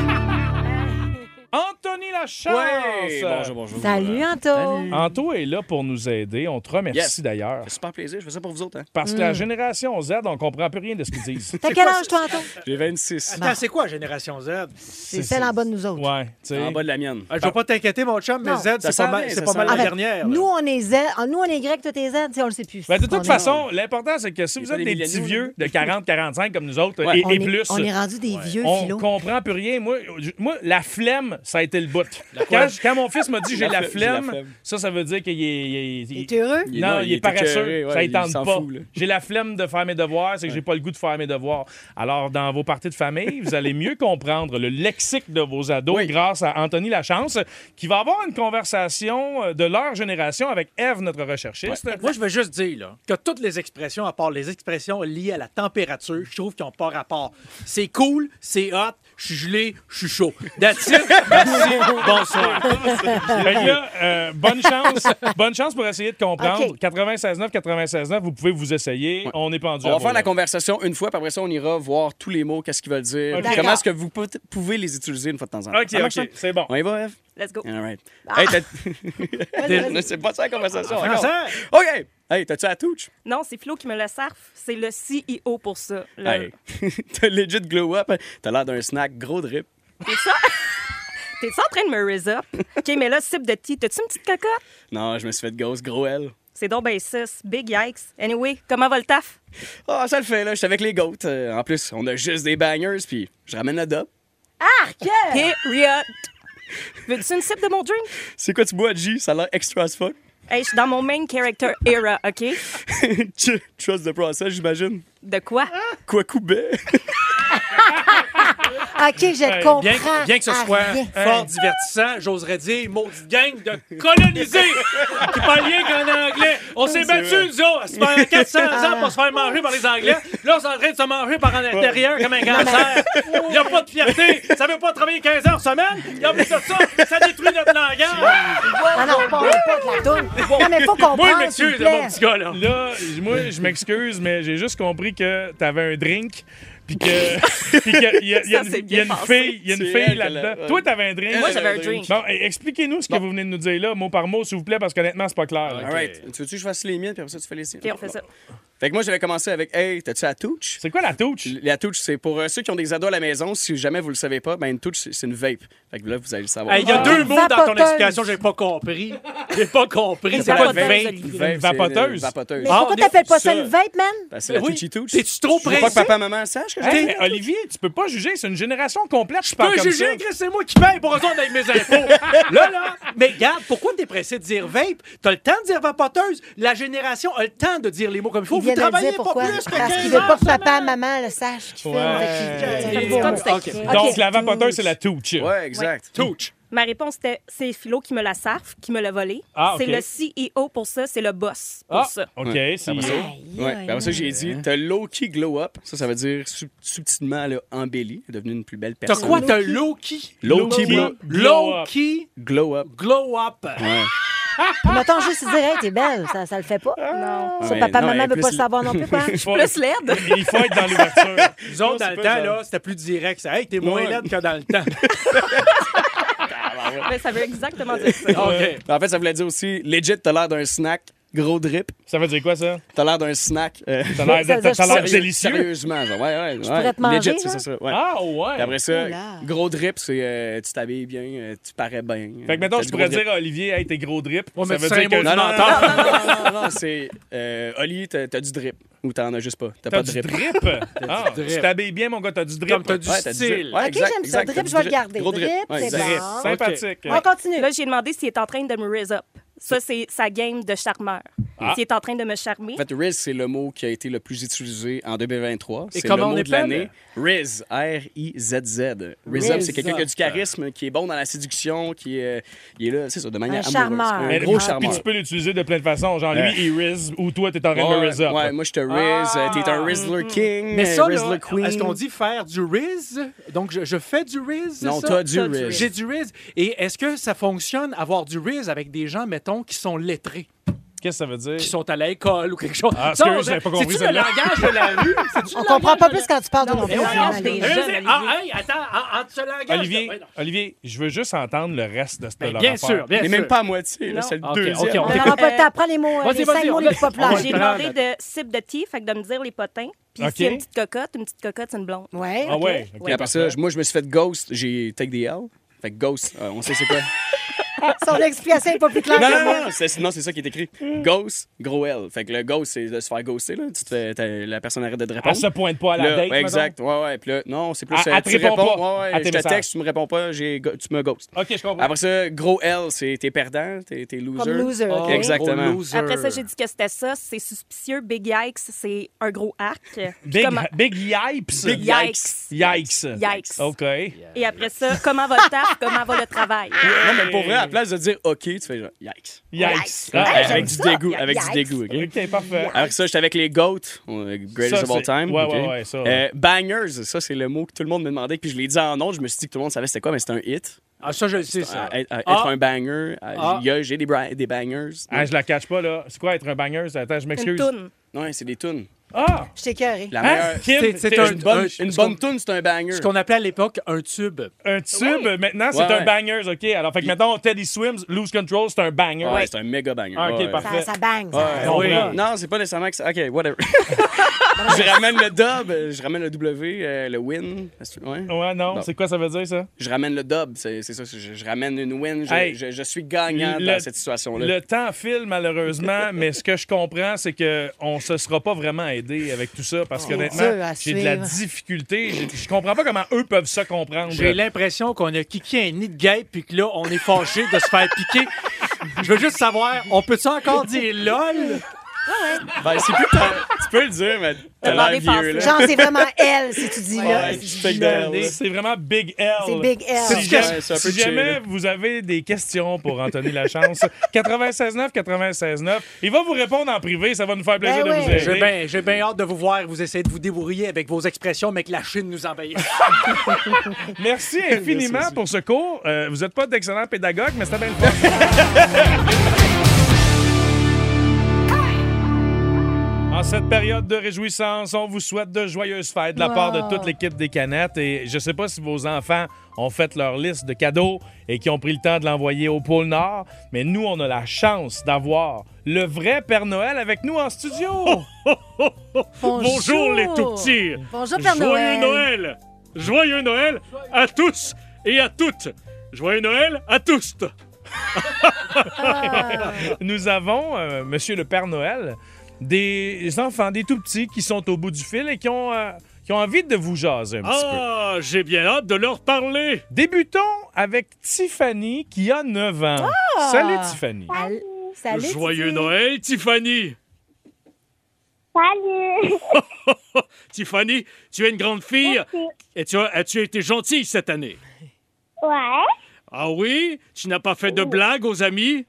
B: Anthony Lachance.
I: bonjour.
C: Salut, Anto.
B: Anto est là pour nous aider. On te remercie
I: Yes.
B: d'ailleurs.
I: Super plaisir, je fais ça pour vous autres. Hein?
B: Parce
C: Mm.
B: que la génération Z, on comprend plus rien de ce qu'ils
D: <laughs>
B: disent.
C: T'as quel âge, toi, Anto?
I: J'ai 26.
D: Attends, Ah, c'est quoi Génération Z?
C: C'est celle en bas de nous autres.
B: ouais, tu sais.
I: En bas de la mienne.
D: Ah, Je vais pas t'inquiéter, mon chum, mais
C: Non.
D: Z, c'est
I: sent
D: pas mal,
I: bien,
D: c'est
I: ça
D: pas
I: sent
D: mal la
I: bien.
D: dernière. là.
C: Ah, ben, Nous, on est Z. ah, Nous, on est grec, toi, t'es Z. Tu sais, On le sait plus.
B: Ben, de
C: On
B: toute
C: est-
B: façon, l'important, c'est que si
I: Il y a
B: vous
I: pas
B: êtes
I: des
B: des petits
I: milléniaux,
B: vieux de 40, 45 comme nous autres, et,
C: on
B: et
C: est-
B: plus,
C: On est rendu des vieux,
B: on
C: Philo.
B: comprend plus rien. Moi, je- moi, la flemme, ça a été le bout. Quand, quand mon fils m'a dit j'ai
I: fle- j'ai
B: la,
I: la
B: flemme,
I: flemme.
B: ça, ça veut dire qu'il est. il est-
C: Il
B: il-
C: est heureux?
I: Il est-
B: non,
I: non,
B: il,
I: il
B: est
I: est
B: paresseux.
I: écœuré, ouais,
B: ça
I: il
B: il tente
I: s'en
B: pas.
I: fout, là.
B: J'ai la flemme de faire mes devoirs, c'est que j'ai pas le goût de faire mes devoirs. Alors, dans vos parties de famille, vous allez mieux comprendre le lexique de vos ados grâce à Anthony Lachance, qui va avoir une conversation euh, de leur génération avec Eve, notre recherchiste.
D: Moi, je veux juste dire là, que toutes les expressions, à part les expressions liées à la température, je trouve qu'ils n'ont pas rapport. C'est cool, c'est hot, je suis gelé, je suis chaud. That's it. Merci, bonsoir.
B: Fait que là, euh, bonne chance, bonne chance pour essayer de comprendre.
C: OK.
B: 96.9, 96.9, vous pouvez vous essayer. On est pendu.
I: On
B: à
I: va
B: vos
I: faire la
B: lèvres.
I: conversation une fois, puis après ça, on ira voir tous les mots, qu'est-ce qu'ils veulent dire,
B: Ok.
I: puis comment est-ce que vous peut- pouvez les utiliser une fois de temps en temps. Ça
B: Ok,
I: marche,
B: ok, c'est bon.
I: On y va, Eve?
C: Let's go.
I: All right.
G: Ah.
I: Hey, <laughs> t'as... c'est pas ça la conversation.
B: Ah,
I: encore.
D: Français.
I: OK. Hey, t'as-tu la touche?
J: Non, c'est Flo qui me le serve. C'est le CEO pour ça. Le-
B: Euh.
I: <laughs> hein? Hey. t'as legit glow up. T'as l'air d'un snack gros drip.
J: T'es-tu en train de me raise
B: <laughs>
J: up? OK, mais là, sip de tea, t'as-tu une petite cocotte?
I: Non, je me suis fait ghost, gros L.
J: C'est donc ben 6. Big yikes. Anyway, comment va le taf?
I: Ah, ça le fait, là. J'étais avec les goats. Euh, en plus, on a juste des bangers, puis je ramène la dope.
J: Arc! Period. Veux-tu une sip de mon drink?
I: C'est quoi tu bois, G? Ça a l'air extra as fuck. <laughs>
J: Hey, je suis dans mon main character era, OK?
I: Tch, Trust the process, j'imagine.
J: De quoi?
I: Quoi <laughs> couper?
C: Ah, OK, je
D: Hey,
C: comprends.
D: bien, bien que ce
C: à
D: soit
C: rien.
D: fort divertissant, j'oserais dire, maudite gang
I: <laughs>
D: de colonisés qui parlent rien qu'en anglais. On
I: C'est
D: s'est
I: vrai.
D: battus, nous autres, pendant 400 ans pour se faire manger par les Anglais. Là, on est en train de se manger par un intérieur comme un cancer. Il n'y a pas de fierté. Ça veut pas travailler 15 heures semaine. Il y a plus de ça. Ça détruit notre langage.
C: Ah non, on parle pas de la
D: <laughs>
C: toune. Non, mais faut comprendre.
D: Moi, je
C: s'il
D: m'excuse
C: vous
D: de
C: plaît.
D: mon petit gars, là.
B: Là, j- moi, je m'excuse, mais j'ai juste compris que t'avais un drink. Puis que. Puis que. Il y a, il y a
J: Ça,
B: une
J: c'est
B: il y a une
J: bien passé.
B: fille, il y a une
I: C'est
B: fille
I: elle qu'elle
B: là-dedans.
I: a-
B: Toi, t'avais un drink.
J: Moi, j'avais un drink.
B: Bon, et- expliquez-nous ce que vous venez de nous dire là, mot par mot, s'il vous plaît, parce qu'honnêtement, c'est pas clair.
I: All right. Tu veux-tu que je fasse les miennes, puis après ça, tu fais les siennes?
J: OK, on fait ça.
I: Fait que moi, j'avais commencé avec Hey, t'as-tu la touche?
B: C'est quoi la touche?
I: La touche, c'est pour euh, ceux qui ont des ados à la maison, si jamais vous le savez pas, ben une touche, c'est c'est une vape. Fait que là, vous allez le savoir.
D: Hey, Il y a deux mots dans ton
C: Vapoteuse.
D: explication que j'ai pas compris. J'ai pas compris. C'est pas
J: Vapoteuse,
D: vain.
J: Olivier.
I: Vape, c'est une
B: Vapoteuse.
I: Vapoteuse.
C: Mais
D: Ah,
C: pourquoi
D: on est
C: t'appelles pas ça
D: seul.
C: une vape, man?
I: Ben, c'est la
D: Oui.
I: touchi touche.
D: T'es-tu trop
I: Je veux pas que
D: pressé?
I: papa maman sache que je
B: Hey,
I: t'ai-
B: mais Olivier, tu peux pas juger, c'est une génération complète. qui
D: Je
B: parle
D: peux
B: comme
D: juger,
B: ça.
D: Chris, c'est moi qui paye pour eux autres avec mes impôts. là, là. Mais regarde, pourquoi t'es pressé de dire vape? T'as le temps de dire vapoteuse. La génération a le temps de dire les mots comme il faut.
C: Il vient
D: Vous
C: de le
D: travaillez
C: dire
D: pas
C: pourquoi.
D: plus que
C: Parce
D: 15
C: qu'il veut pas
D: heures
C: que papa,
D: semaine.
C: maman le sache qu'il
B: Ouais.
C: fait.
J: Comme ça.
D: Ok.
B: Donc,
C: Ok.
B: la vapoteuse, c'est la touche.
I: Ouais, exact.
D: Touch.
J: Ma réponse était c'est Philo qui me la sarf, qui me l'a volé.
B: Ah, OK.
J: C'est le CEO pour ça, c'est le boss pour
B: Ah,
J: ça.
B: OK, c'est
I: va
B: ça.
I: Ouais. Ben, après ça, j'ai dit,
D: Hein?
I: t'as low key glow up. Ça, ça veut dire sub- subtilement là, embelli, devenue une plus belle
D: T'as
I: personne.
D: quoi? T'as Loki.
I: Low-key glow,
D: Loki
I: glow up.
D: Glow Up.
C: Puis mettons juste dire, hey, t'es belle, ça, ça le fait pas.
D: Ah.
C: Non. Ça,
I: Ouais,
C: papa,
I: non,
C: maman
I: mais
C: veut pas
I: plus-
C: le savoir non plus, hein. quoi.
D: <laughs>
J: Plus l'aide.
B: Il faut être dans l'ouverture.
D: Nous autres, dans
I: c'est
D: le
I: pas
D: temps,
I: genre-
D: là, c'était plus direct. C'est, Hey, t'es moins
I: Ouais.
D: laide que dans le temps.
J: Ben, ça veut exactement dire ça.
B: Euh,
D: OK.
I: En fait, ça voulait dire aussi, legit, t'as l'air d'un snack. Gros drip.
B: Ça veut dire quoi, ça?
I: T'as l'air d'un snack. euh,
B: T'as l'air-
C: Ça veut dire
B: T'as l'air
C: sérieux-
B: délicieux.
I: Sérieusement, genre, ouais, ouais. Je
C: pourrais te manger,
I: Legit, c'est
C: là.
I: ça, ça. Ouais.
B: Ah, ouais.
I: Puis après ça,
C: Oula.
I: gros drip, c'est euh, tu t'habilles bien, euh, tu parais bien.
B: Fait que maintenant,
I: T'as
B: je
I: du
B: pourrais
I: gros drip.
B: dire à Olivier, hey, t'es gros drip.
D: Ouais,
B: ça
D: mais
B: veut
D: c'est un
B: dire que.
D: mot
I: Non, non, non,
D: Tu m'entends?
I: non, non, non, non, non, c'est. Euh, Oli, t'as t'as du drip. Ou t'en as juste pas. <laughs> T'as
B: T'as
I: pas
B: du
I: de drip.
B: drip. Ah,
D: drip.
B: Tu t'habilles bien, mon gars, t'as du drip.
D: Comme t'as du
I: Ouais, t'as du
D: style.
I: drip. Ouais,
C: Ok,
I: exact,
C: j'aime ça.
I: exact,
C: Drip,
I: t'as
C: je vais
I: du
C: le garder.
I: Gros
C: Drip,
I: Ouais,
C: c'est
I: exact.
B: Drip.
C: bon.
B: Sympathique.
C: On continue.
J: Là, j'ai demandé s'il est en train de me raise up. Ça, c'est sa game de charmeur.
B: Ah.
J: S'il est en train de me charmer.
I: En fait, Riz, c'est le mot qui a été le plus utilisé en 2023. C'est
D: comment
I: le
D: on
I: mot de
D: l'appelle?
I: l'année. Riz, R-I-Z-Z. Riz up,
D: Riz
I: c'est quelqu'un qui a
D: up.
I: du charisme, qui est bon dans la séduction, qui est, euh, il est là, c'est ça, de
C: Un
I: manière amoureuse.
C: charmeur.
I: Un
B: Mais-
I: gros
B: puis
I: charmeur.
B: tu peux l'utiliser de plein de façons. Genre,
I: Ouais.
B: lui, il riz ou toi, t'es en train de me
I: Ouais,
B: riz up.
I: ouais, moi je te Riz, euh, t'es un Rizzler King,
D: <laughs> Ah. Mais ça,
I: euh, Rizzler
D: là,
I: Queen.
D: est-ce qu'on dit faire du Riz? Donc, je, je fais du Riz? c'est
I: Non,
D: ça?
I: t'as du
J: T'as du
I: Riz.
D: J'ai du Riz. Et est-ce que ça fonctionne, avoir du Riz avec des gens, mettons, qui sont lettrés,
B: Qu'est-ce que ça veut dire?
D: qui sont à l'école ou quelque chose?
B: Ah,
D: Ça,
B: excuse,
D: on-
B: j'avais pas compris
D: C'est-tu le
B: celle-là.
D: langage de la <laughs> rue?
C: On comprend pas plus quand tu parles de non plus.
D: mais ouais,
C: Jean-Marie.
J: on se dé-
D: Eh,
J: Jeune,
D: c'est- Ah, hey, attends, en- entre ce langage...
B: Olivier,
D: Ouais, non.
B: Olivier, je veux juste entendre le reste de cette
D: Ben,
B: leur
D: bien
B: affaire.
D: sûr, bien
I: Mais
D: sûr.
I: même pas à moitié, là,
J: Non.
I: c'est le
D: Ok,
I: deuxième.
D: ok, on
C: On n'aura pas le temps. Prends les mots, euh,
D: Vas-y,
C: les
D: vas-y,
C: cinq
D: on
C: mots
D: l'a-
C: les plus populaires.
D: Ouais.
E: Ah
J: J'ai demandé de sip de tea, fait que de me dire les potins. Puis
B: OK.
J: s'il y a une petite cocotte, une petite cocotte, c'est une blonde.
C: Ouais.
B: Ah
C: ok.
B: ouais? ok,
I: Puis après ça,
B: parfait.
I: je- moi je me suis fait Ghost, j'ai Take the L. Fait que Ghost, euh, on sait
D: <laughs>
I: c'est quoi.
C: Son explication n'est pas plus claire
I: Non,
C: que
I: non,
C: moi.
I: non, c'est, non, c'est ça qui est écrit. Ghost, gros L. Fait que le ghost, c'est de se faire ghoster, là. Tu te fais, t'as- la personne arrête de te répondre.
B: Elle se pointe pas à Ah, la
I: Là,
B: date,
I: ouais,
B: mettons. Ah,
I: exact. Ouais, ouais. Puis là, non, c'est plus.
B: Elle-
I: euh,
B: elle te
I: tu
B: répond
I: réponds.
B: pas
I: ouais, ouais,
B: à tes
I: je te
B: messages. Ah,
I: texte, tu me réponds pas, j'ai, go- tu me ghostes.
B: OK, je comprends.
I: Après ça, gros L, c'est t'es perdant, t'es, t'es loser.
C: Comme loser.
D: Oh,
C: ok.
I: Exactement.
D: gros loser.
J: Après ça, j'ai dit que c'était ça. C'est suspicieux. Big yikes, c'est un gros arc. Puis
B: Big,
J: comment-
B: big yipes.
I: Big
J: Yikes.
B: <laughs> Yikes.
J: Yikes.
B: OK.
J: Et après ça, comment va le taf? Comment va le
B: <laughs>
J: travail?
I: Non, mais pour vrai, à la place de dire OK, tu fais genre yikes.
B: Yikes.
I: Ah,
B: Ah,
I: avec du dégoût,
C: Yikes.
I: avec du dégoût, OK?
B: OK, parfait.
I: Après ça, j'étais avec les GOAT, euh,
B: Ça,
I: Greatest of All
B: c'est-
I: Time.
B: ouais,
I: ok.
B: ouais, ouais, ça,
I: Euh,
B: ouais.
I: bangers, ça, c'est le mot que tout le monde me demandait, puis je l'ai dit en nom, je me suis dit que tout le monde savait c'était quoi, mais c'était un hit.
D: Ah, ça, je le sais, ça.
I: À- à- à- être
D: Ah.
I: un banger, à-
D: Ah.
I: il y a- j'ai des, bra- des bangers.
B: Ah, je la cache pas, là. C'est quoi être un banger? Attends, je
J: Une
B: m'excuse.
J: toune.
I: Non, c'est des tunes.
B: Ah!
C: Je t'ai écoeurée.
I: La
D: Hein?
I: meilleure.
D: Kim,
I: C'est- c'est
D: t'es-
I: une bonne,
D: un-
I: une
D: ce
I: bonne
D: qu'on-
I: tune, c'est un banger.
D: Ce qu'on appelait à l'époque un tube.
B: Un tube, maintenant, c'est
I: Ouais,
B: un
I: ouais.
B: banger, OK? Alors, fait que maintenant, Teddy Swims, Lose Control, c'est un banger.
I: Ouais, c'est un méga banger.
B: Ah, OK,
I: Ouais, ouais.
B: parfait.
C: Ça, ça bang. ça.
I: Ouais,
D: Ah
B: Oui.
I: ouais. Non, c'est pas nécessairement que ça. OK,
D: <laughs>
I: whatever. je ramène le dub, euh, je ramène le W, euh, le win. Est-ce que- Ouais.
B: Ouais, non,
I: Bon.
B: c'est quoi ça veut dire, ça?
I: Je ramène le dub, c'est c'est ça. Je, je ramène une win. Je,
B: Hey.
I: je- je suis gagnant
B: Le-
I: dans cette situation-là.
B: Le temps file, malheureusement, mais ce que je comprends, c'est qu'on ne se sera pas vraiment aidé avec tout ça parce que,
C: C'est dur
B: honnêtement,
C: Oh, à
B: j'ai de la
C: suivre.
B: difficulté. J'ai- Je comprends pas comment eux peuvent ça comprendre.
D: J'ai l'impression qu'on a kické un nid de guêpe puis que là, on est fâché de se faire piquer. Je veux juste savoir, on peut-tu encore dire LOL?
I: Ben, c'est plus ta-
B: <laughs>
I: Tu peux le dire, mais
J: T'as
I: t'as l'air
J: l'air
I: vieux, là.
C: Genre, c'est vraiment elle, si tu dis là.
I: Ouais,
C: si tu
I: c'est
C: dis
I: que
C: là.
I: dalle, ouais.
B: C'est vraiment Big L.
C: C'est Big L.
B: Si,
C: C'est
B: jamais,
I: ouais, c'est un peu
B: si
I: chill,
B: jamais
I: là.
B: vous avez des questions pour Anthony Lachance, <laughs> 96.9, 96.9, il va vous répondre en privé. Ça va nous faire plaisir
C: Ben
B: de
C: oui.
B: vous aider.
D: J'ai bien j'ai bien hâte de vous voir, vous essayez de vous débrouiller avec vos expressions, mais que la Chine nous envahit.
B: Merci infiniment pour ce cours. Euh, vous n'êtes pas d'excellents pédagogues, mais c'était bien le fun. <laughs> En cette période de réjouissance, on vous souhaite de joyeuses fêtes de la
C: Wow.
B: part de toute l'équipe des Canettes. Et je ne sais pas si vos enfants ont fait leur liste de cadeaux et qui ont pris le temps de l'envoyer au pôle Nord, mais nous, on a la chance d'avoir le vrai Père Noël avec nous en studio. Bonjour, les tout petits.
C: Bonjour, Père Noël.
B: Joyeux Noël à tous et à toutes. Joyeux Noël à tous. Nous avons, euh, Monsieur le Père Noël, des enfants, des tout petits qui sont au bout du fil et qui ont, euh, qui ont envie de vous jaser un petit
K: Ah, j'ai bien hâte de leur parler.
B: peu. Débutons avec Tiffany qui a 9 ans. Salut Tiffany.
C: Allô, Salut.
K: Joyeux
C: Titi.
K: Noël, Tiffany.
E: Salut!
K: Tiffany, tu es une grande fille et tu as, tu as été gentille cette année.
E: Ouais.
K: Ah oui? Tu n'as pas fait de blagues aux amis?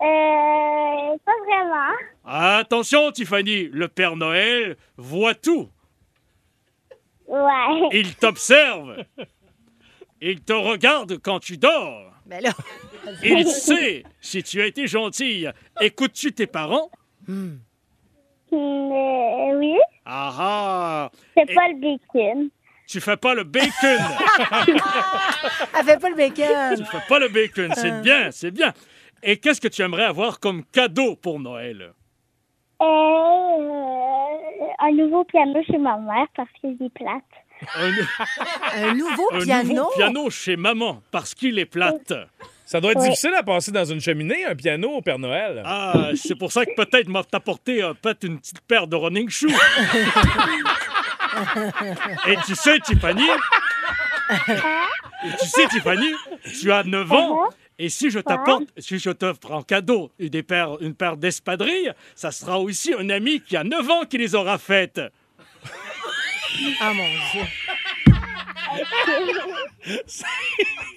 E: Euh, pas vraiment.
K: Attention, Tiffany, le Père Noël voit tout.
E: Ouais. <laughs>
K: Il t'observe. Il te regarde quand tu dors.
C: Ben là,
K: Il sait si tu as été gentille. Écoutes-tu tes parents?
E: Hum, euh, oui.
K: Ah ah!
E: C'est pas le bacon.
K: Tu fais pas le bacon!
C: elle fait pas le bacon.
K: Fais pas le bacon, c'est bien, c'est bien. Et qu'est-ce que tu aimerais avoir comme cadeau pour Noël
E: Euh, euh, un nouveau piano chez ma mère parce qu'il est plate.
K: Un,
C: Un nouveau
K: un
C: piano.
K: nouveau piano chez maman parce qu'il est plate.
B: Ça doit être
E: Oui.
B: difficile à passer dans une cheminée, un piano au Père Noël.
K: Ah, c'est pour ça que peut-être m'a apporté euh, peut-être une petite paire de running shoes. Et tu sais, Tiffany, et tu sais, Tiffany, tu as 9 ans. Et si je t'apporte, si je t'offre en cadeau des paires- une paire d'espadrilles, ça sera aussi un ami qui a 9 ans qui les aura faites.
C: Ah mon Dieu.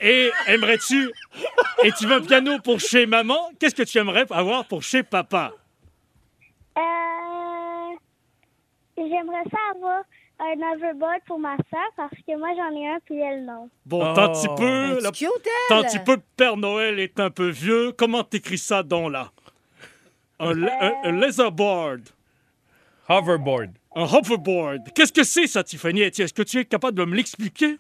K: Et aimerais-tu. Et tu veux un piano pour chez maman Qu'est-ce que tu aimerais avoir pour chez papa
E: Euh, j'aimerais ça avoir un overboard pour ma soeur parce que moi j'en ai un puis elle non.
K: Bon,
B: Oh.
K: tant petit
C: Elle
K: peu.
C: est
K: la-
C: cute,
K: Tant
C: elle.
K: petit peu, le Père Noël est un peu vieux. Comment t'écris ça dans là un, le- un, un laserboard,
B: Hoverboard.
K: un hoverboard. Qu'est-ce que c'est ça, Tiffany Et tu- Est-ce que tu es capable de me l'expliquer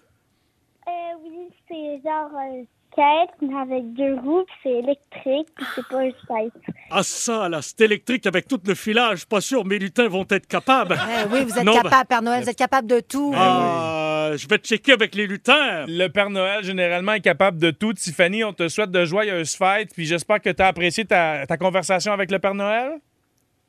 E: Euh, oui, c'est genre un skate mais avec deux roues puis c'est électrique puis c'est pas un skate.
K: Ah ça, là, c'est électrique avec tout le filage. Pas sûr, mes lutins vont être capables.
C: Eh oui, vous êtes
K: Non,
C: capable, Père Noël, vous êtes capable de tout.
K: Ah, je vais checker avec les lutins.
B: Le Père Noël, généralement, est capable de tout. Tiffany, on te souhaite de joyeuses fêtes, puis j'espère que tu as apprécié ta, ta conversation avec le Père Noël.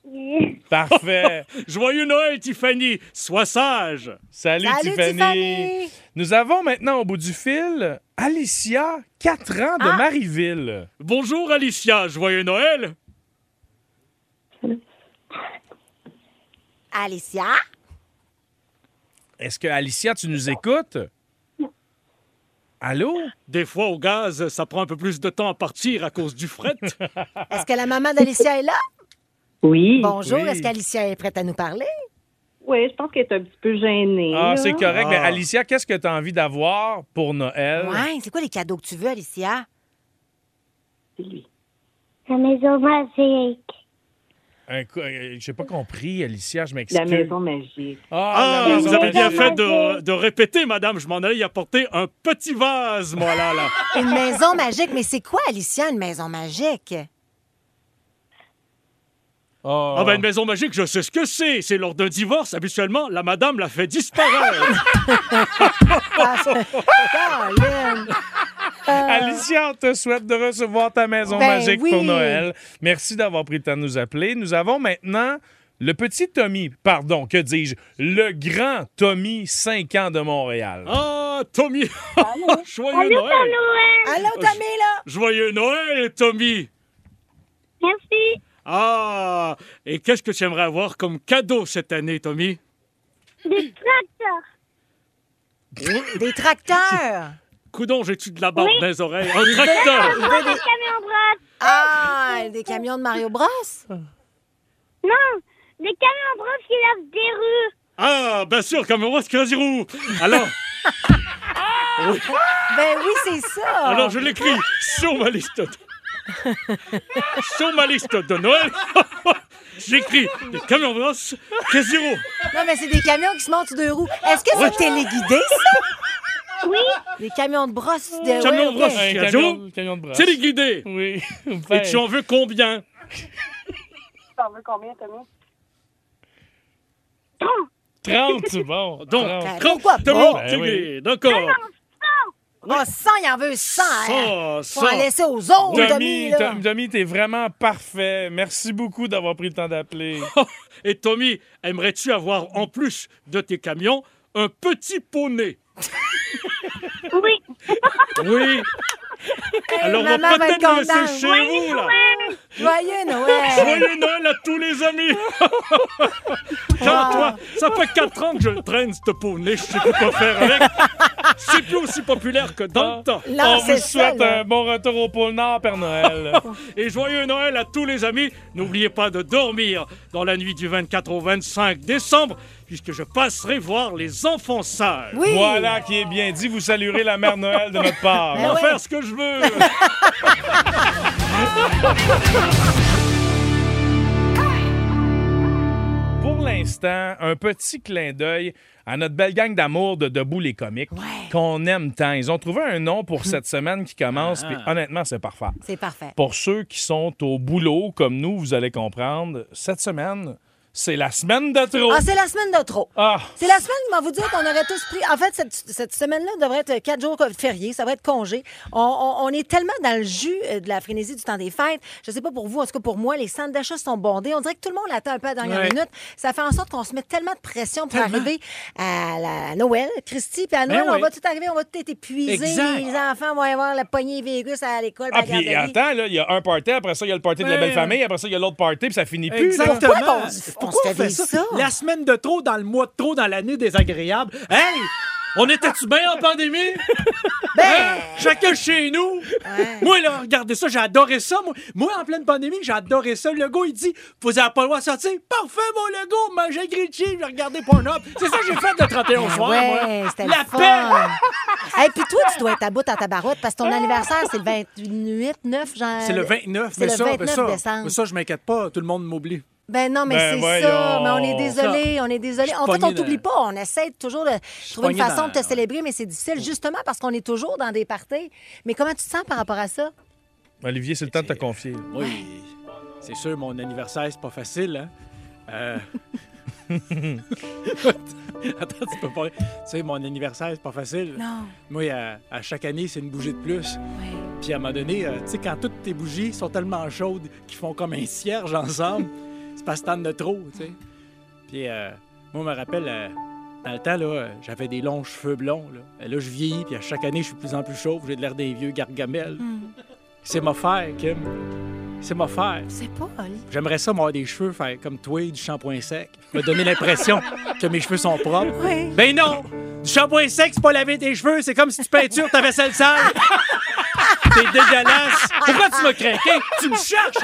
E: Oui.
B: Parfait.
K: Joyeux Noël, Tiffany. Sois sage.
B: Salut,
C: Salut,
B: Tiffany.
C: Tiffany.
B: Nous avons maintenant au bout du fil Alicia, 4 ans de Marieville.
K: Bonjour Alicia, joyeux Noël.
C: Alicia.
B: Est-ce que Alicia, tu nous écoutes? Allô?
K: Des fois au gaz, ça prend un peu plus de temps à partir à cause du fret.
C: Est-ce que la maman d'Alicia est là?
L: Oui.
C: Bonjour,
K: Oui.
C: est-ce qu'Alicia est prête à nous parler?
L: Oui, je pense qu'elle est un petit peu gênée.
B: Ah,
L: là.
B: c'est correct.
K: Ah.
B: Mais Alicia, qu'est-ce que tu as envie d'avoir pour Noël?
C: Ouais, c'est quoi les cadeaux que tu veux, Alicia?
L: C'est lui.
E: La maison magique.
B: un co- euh, J'ai pas compris, Alicia, je m'excuse.
L: La maison magique.
K: Ah,
B: la
K: vous
B: maison
K: avez bien
B: magique.
K: fait de, de répéter, madame. Je m'en allais y apporter un petit vase, moi, là, là.
C: Une maison magique. Mais c'est quoi, Alicia, une maison magique?
K: Ah ben, une maison magique, je sais ce que c'est. C'est lors d'un divorce, habituellement, la madame la fait disparaître.
B: Ah. Alicia, on te souhaite de recevoir ta maison
M: Ben
B: magique pour
M: oui.
B: Noël. Merci d'avoir pris le temps de nous appeler. Nous avons maintenant le petit Tommy, pardon, que dis-je, le grand Tommy, 5 ans de Montréal.
K: Ah, Tommy! <laughs> Joyeux
M: Allô,
K: Noël!
M: ton Noël! Allô, Tommy,
C: là!
K: Joyeux Noël, Tommy!
M: Merci.
K: Ah! Et qu'est-ce que tu aimerais avoir comme cadeau cette année, Tommy?
M: Des tracteurs.
C: Des tracteurs!
K: Coudon, j'ai-tu de la barbe
C: Oui.
K: dans les oreilles? Un tracteur!
C: Il veut des camions Bros. Ah, des camions de Mario Bros?
M: Non, des camions bros qui lavent des rues.
K: Ah, bien sûr, comme moi, c'est roues. Alors, Oui.
C: Ben oui, c'est ça!
M: Ah.
K: alors je l'écris sur ma liste.
M: <laughs>
K: de- sur ma liste de Noël, <laughs> j'écris des camions brosses, Casiro.
C: Non, mais c'est des camions qui se montent sur deux roues. Est-ce que c'est
K: Ouais.
C: téléguidé, ça? Oui. Des camions de brosse. De...
K: Camion
C: ouais,
K: de brosse,
C: ok.
B: Un
K: Casiro.
B: camion- camion de brosse.
K: C'est les guidés.
B: Oui. <laughs>
K: Et tu en veux combien
L: T'en veux combien, Tommy?
B: 30, bon.
K: Donc,
C: Ben,
K: 30
C: pourquoi
K: Tommy,
C: pas?
K: tu
C: Ben
K: es d'accord.
C: Ah, 100, il en veut 100.
K: Oh,
C: hein.
B: Ça,
C: Faut
B: ça.
C: en laisser aux autres, Tommy.
B: Tommy,
C: là.
B: Tom- Tommy, t'es vraiment parfait. Merci beaucoup d'avoir pris le temps d'appeler.
K: Et Tommy, aimerais-tu avoir en plus de tes camions un petit poney
M: Oui.
K: <laughs> Oui. Alors on va peut-être le laisser chez vous là.
C: Joyeux Noël!
K: Joyeux Noël à tous les amis! Car toi, ça fait 4 ans que je le traîne, ce poney, je sais plus quoi faire avec. C'est plus aussi populaire que dans le temps.
B: On vous souhaite un bon retour au pôle Nord, Père Noël.
K: Et joyeux Noël à tous les amis. N'oubliez pas de dormir dans la nuit du 24 au 25 décembre, puisque je passerai voir les enfants sages.
B: Voilà qui est bien dit. Vous saluerez la Mère Noël de notre part.
K: On va faire ce que je veux.
B: Pour l'instant, un petit clin d'œil à notre belle gang d'amour de Debout les comiques qu'on aime tant. Ils ont trouvé un nom pour cette semaine qui commence,
C: Ah.
B: puis honnêtement, c'est parfait.
C: C'est parfait.
B: Pour ceux qui sont au boulot comme nous, vous allez comprendre, cette semaine, c'est la semaine de trop.
C: Ah, c'est la semaine de trop.
B: Ah.
C: C'est la semaine, je vais vous dire qu'on aurait tous pris. En fait, cette, cette semaine-là devrait être quatre jours fériés, ça va être congé. On, on- on est tellement dans le jus euh, de la frénésie du temps des fêtes. Je sais pas pour vous, en tout cas pour moi, les centres d'achat sont bondés. On dirait que tout le monde attend un peu à la dernière
M: Ouais.
C: minute. Ça fait en sorte qu'on se met tellement de pression pour arriver à, la, à Noël, Christy. Puis à
B: Ben
C: Noël, on
B: oui.
C: va tout arriver, on va tout être épuisé.
B: Exact.
C: Les enfants vont avoir la poignée virus à l'école.
B: Ah,
C: à la
B: puis
C: garderie.
B: attends, là, il y a un party, après ça, il y a le party de la
D: Ouais.
B: belle famille, après ça, il y a l'autre party, puis ça finit plus. là.
D: Exactement.
C: se fait vivre ça?
D: La semaine de trop dans le mois de trop dans l'année désagréable. Hey! On était-tu bien en
C: <laughs>
D: pandémie?
C: Ben!
D: Hein? Chacun chez nous! Moi, là, regardez ça, j'ai adoré ça. Moi, Moi, en pleine pandémie, j'ai adoré ça. Le gars, il dit Vous n'avez pas le droit de sortir. Porte Parfait, mon Lego, manger grilled cheese, j'ai regardé Pornhub. C'est ça que j'ai fait le 31
C: Ah
D: soir,
C: ouais,
D: moi.
C: c'était
D: La
C: le fun.
D: paix! Ah!
C: Et puis toi, tu dois être à bout à ta barotte parce que ton anniversaire, c'est le 28, 9, genre.
D: C'est le 29,
C: c'est
D: mais
C: le
D: ça, mais
C: 29
D: ça,
C: décembre.
D: mais ça, je m'inquiète pas, tout le monde m'oublie.
C: Ben non, mais
D: Ben
C: c'est ça.
D: voyons.
C: Mais on est désolé,
D: Ça.
C: on est
D: Je
C: désolé.
D: suis
C: En fait, on
D: pogné
C: t'oublie
D: dans-
C: pas. On essaie toujours de trouver une
D: pogné
C: façon
D: dans- Mm.
C: de te célébrer, mais c'est difficile justement parce qu'on est toujours dans des parties. Mais comment tu te sens par rapport à ça?
B: Olivier, c'est le temps de te confier.
D: Oui. C'est sûr, mon anniversaire, c'est pas facile, hein? Euh... <laughs> Attends, tu peux pas. Tu sais, mon anniversaire, c'est pas facile.
C: Non.
D: Moi, à, à chaque année, c'est une bougie de plus. Puis à un moment donné, euh, tu sais, quand toutes tes bougies sont tellement chaudes qu'ils font comme un cierge ensemble, <laughs> c'est pas ce temps de trop, tu sais. Puis euh, moi, je me rappelle, euh, dans le temps, là, euh, j'avais des longs cheveux blonds. Là, Et là je vieillis, puis à chaque année, je suis de plus en plus chauve, j'ai de l'air des vieux gargamel.
C: Hmm.
D: C'est ma faire, Kim. C'est ma faire.
C: C'est pas Oli.
D: J'aimerais ça, moi, avoir des cheveux faire comme toi, du shampoing sec. Me donner l'impression que mes cheveux sont propres.
C: Oui. <laughs>
D: Ben non! Du shampoing sec, c'est pas laver tes cheveux, c'est comme si tu peintures ta vaisselle sale. T'es dégueulasse. Pourquoi tu m'as craqué? Tu me cherches.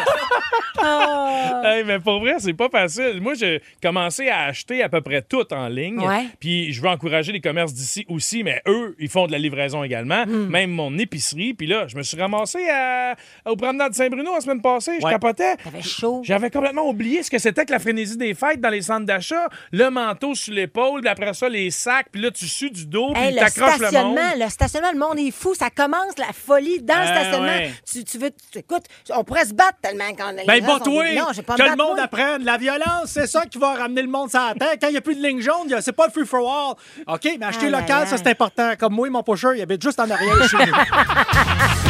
C: Ah.
B: Hey, mais pour vrai, c'est pas facile. Moi, j'ai commencé à acheter à peu près tout en ligne.
N: Ouais.
B: Puis je veux encourager les commerces d'ici aussi, mais eux, ils font de la livraison également.
C: Hmm.
B: Même mon épicerie. Puis là, je me suis ramassé à... au promenade de Saint-Bruno la semaine passée. Je
N: Ouais.
B: capotais.
C: T'avais chaud.
B: J'avais complètement oublié ce que c'était que la frénésie des fêtes dans les centres d'achat. Le manteau sur l'épaule, puis après ça, les sacs. Puis là, tu sues du dos, puis
C: Hey, le
B: t'accroches le monde.
C: stationnement, le stationnement, le monde est fou. Ça commence la folie dans le
B: Ah,
C: stationnement.
B: ouais.
C: Tu, tu veux, tu- écoute, on pourrait se battre tellement qu'on les
D: Ben,
C: gens sont
D: bat-toi!
C: des- Non, j'ai pas
D: Que
C: me
D: le
C: battre,
D: monde
C: moi.
D: apprenne! La violence, c'est ça qui va ramener le monde sur la terre. Quand il n'y a plus de ligne jaune, il y a- c'est pas le free-for-all. OK, mais acheter
C: Aïe, aïe, <laughs>
D: local, ça, c'est important. Comme moi, mon pocheur, il habite juste en arrière chez nous.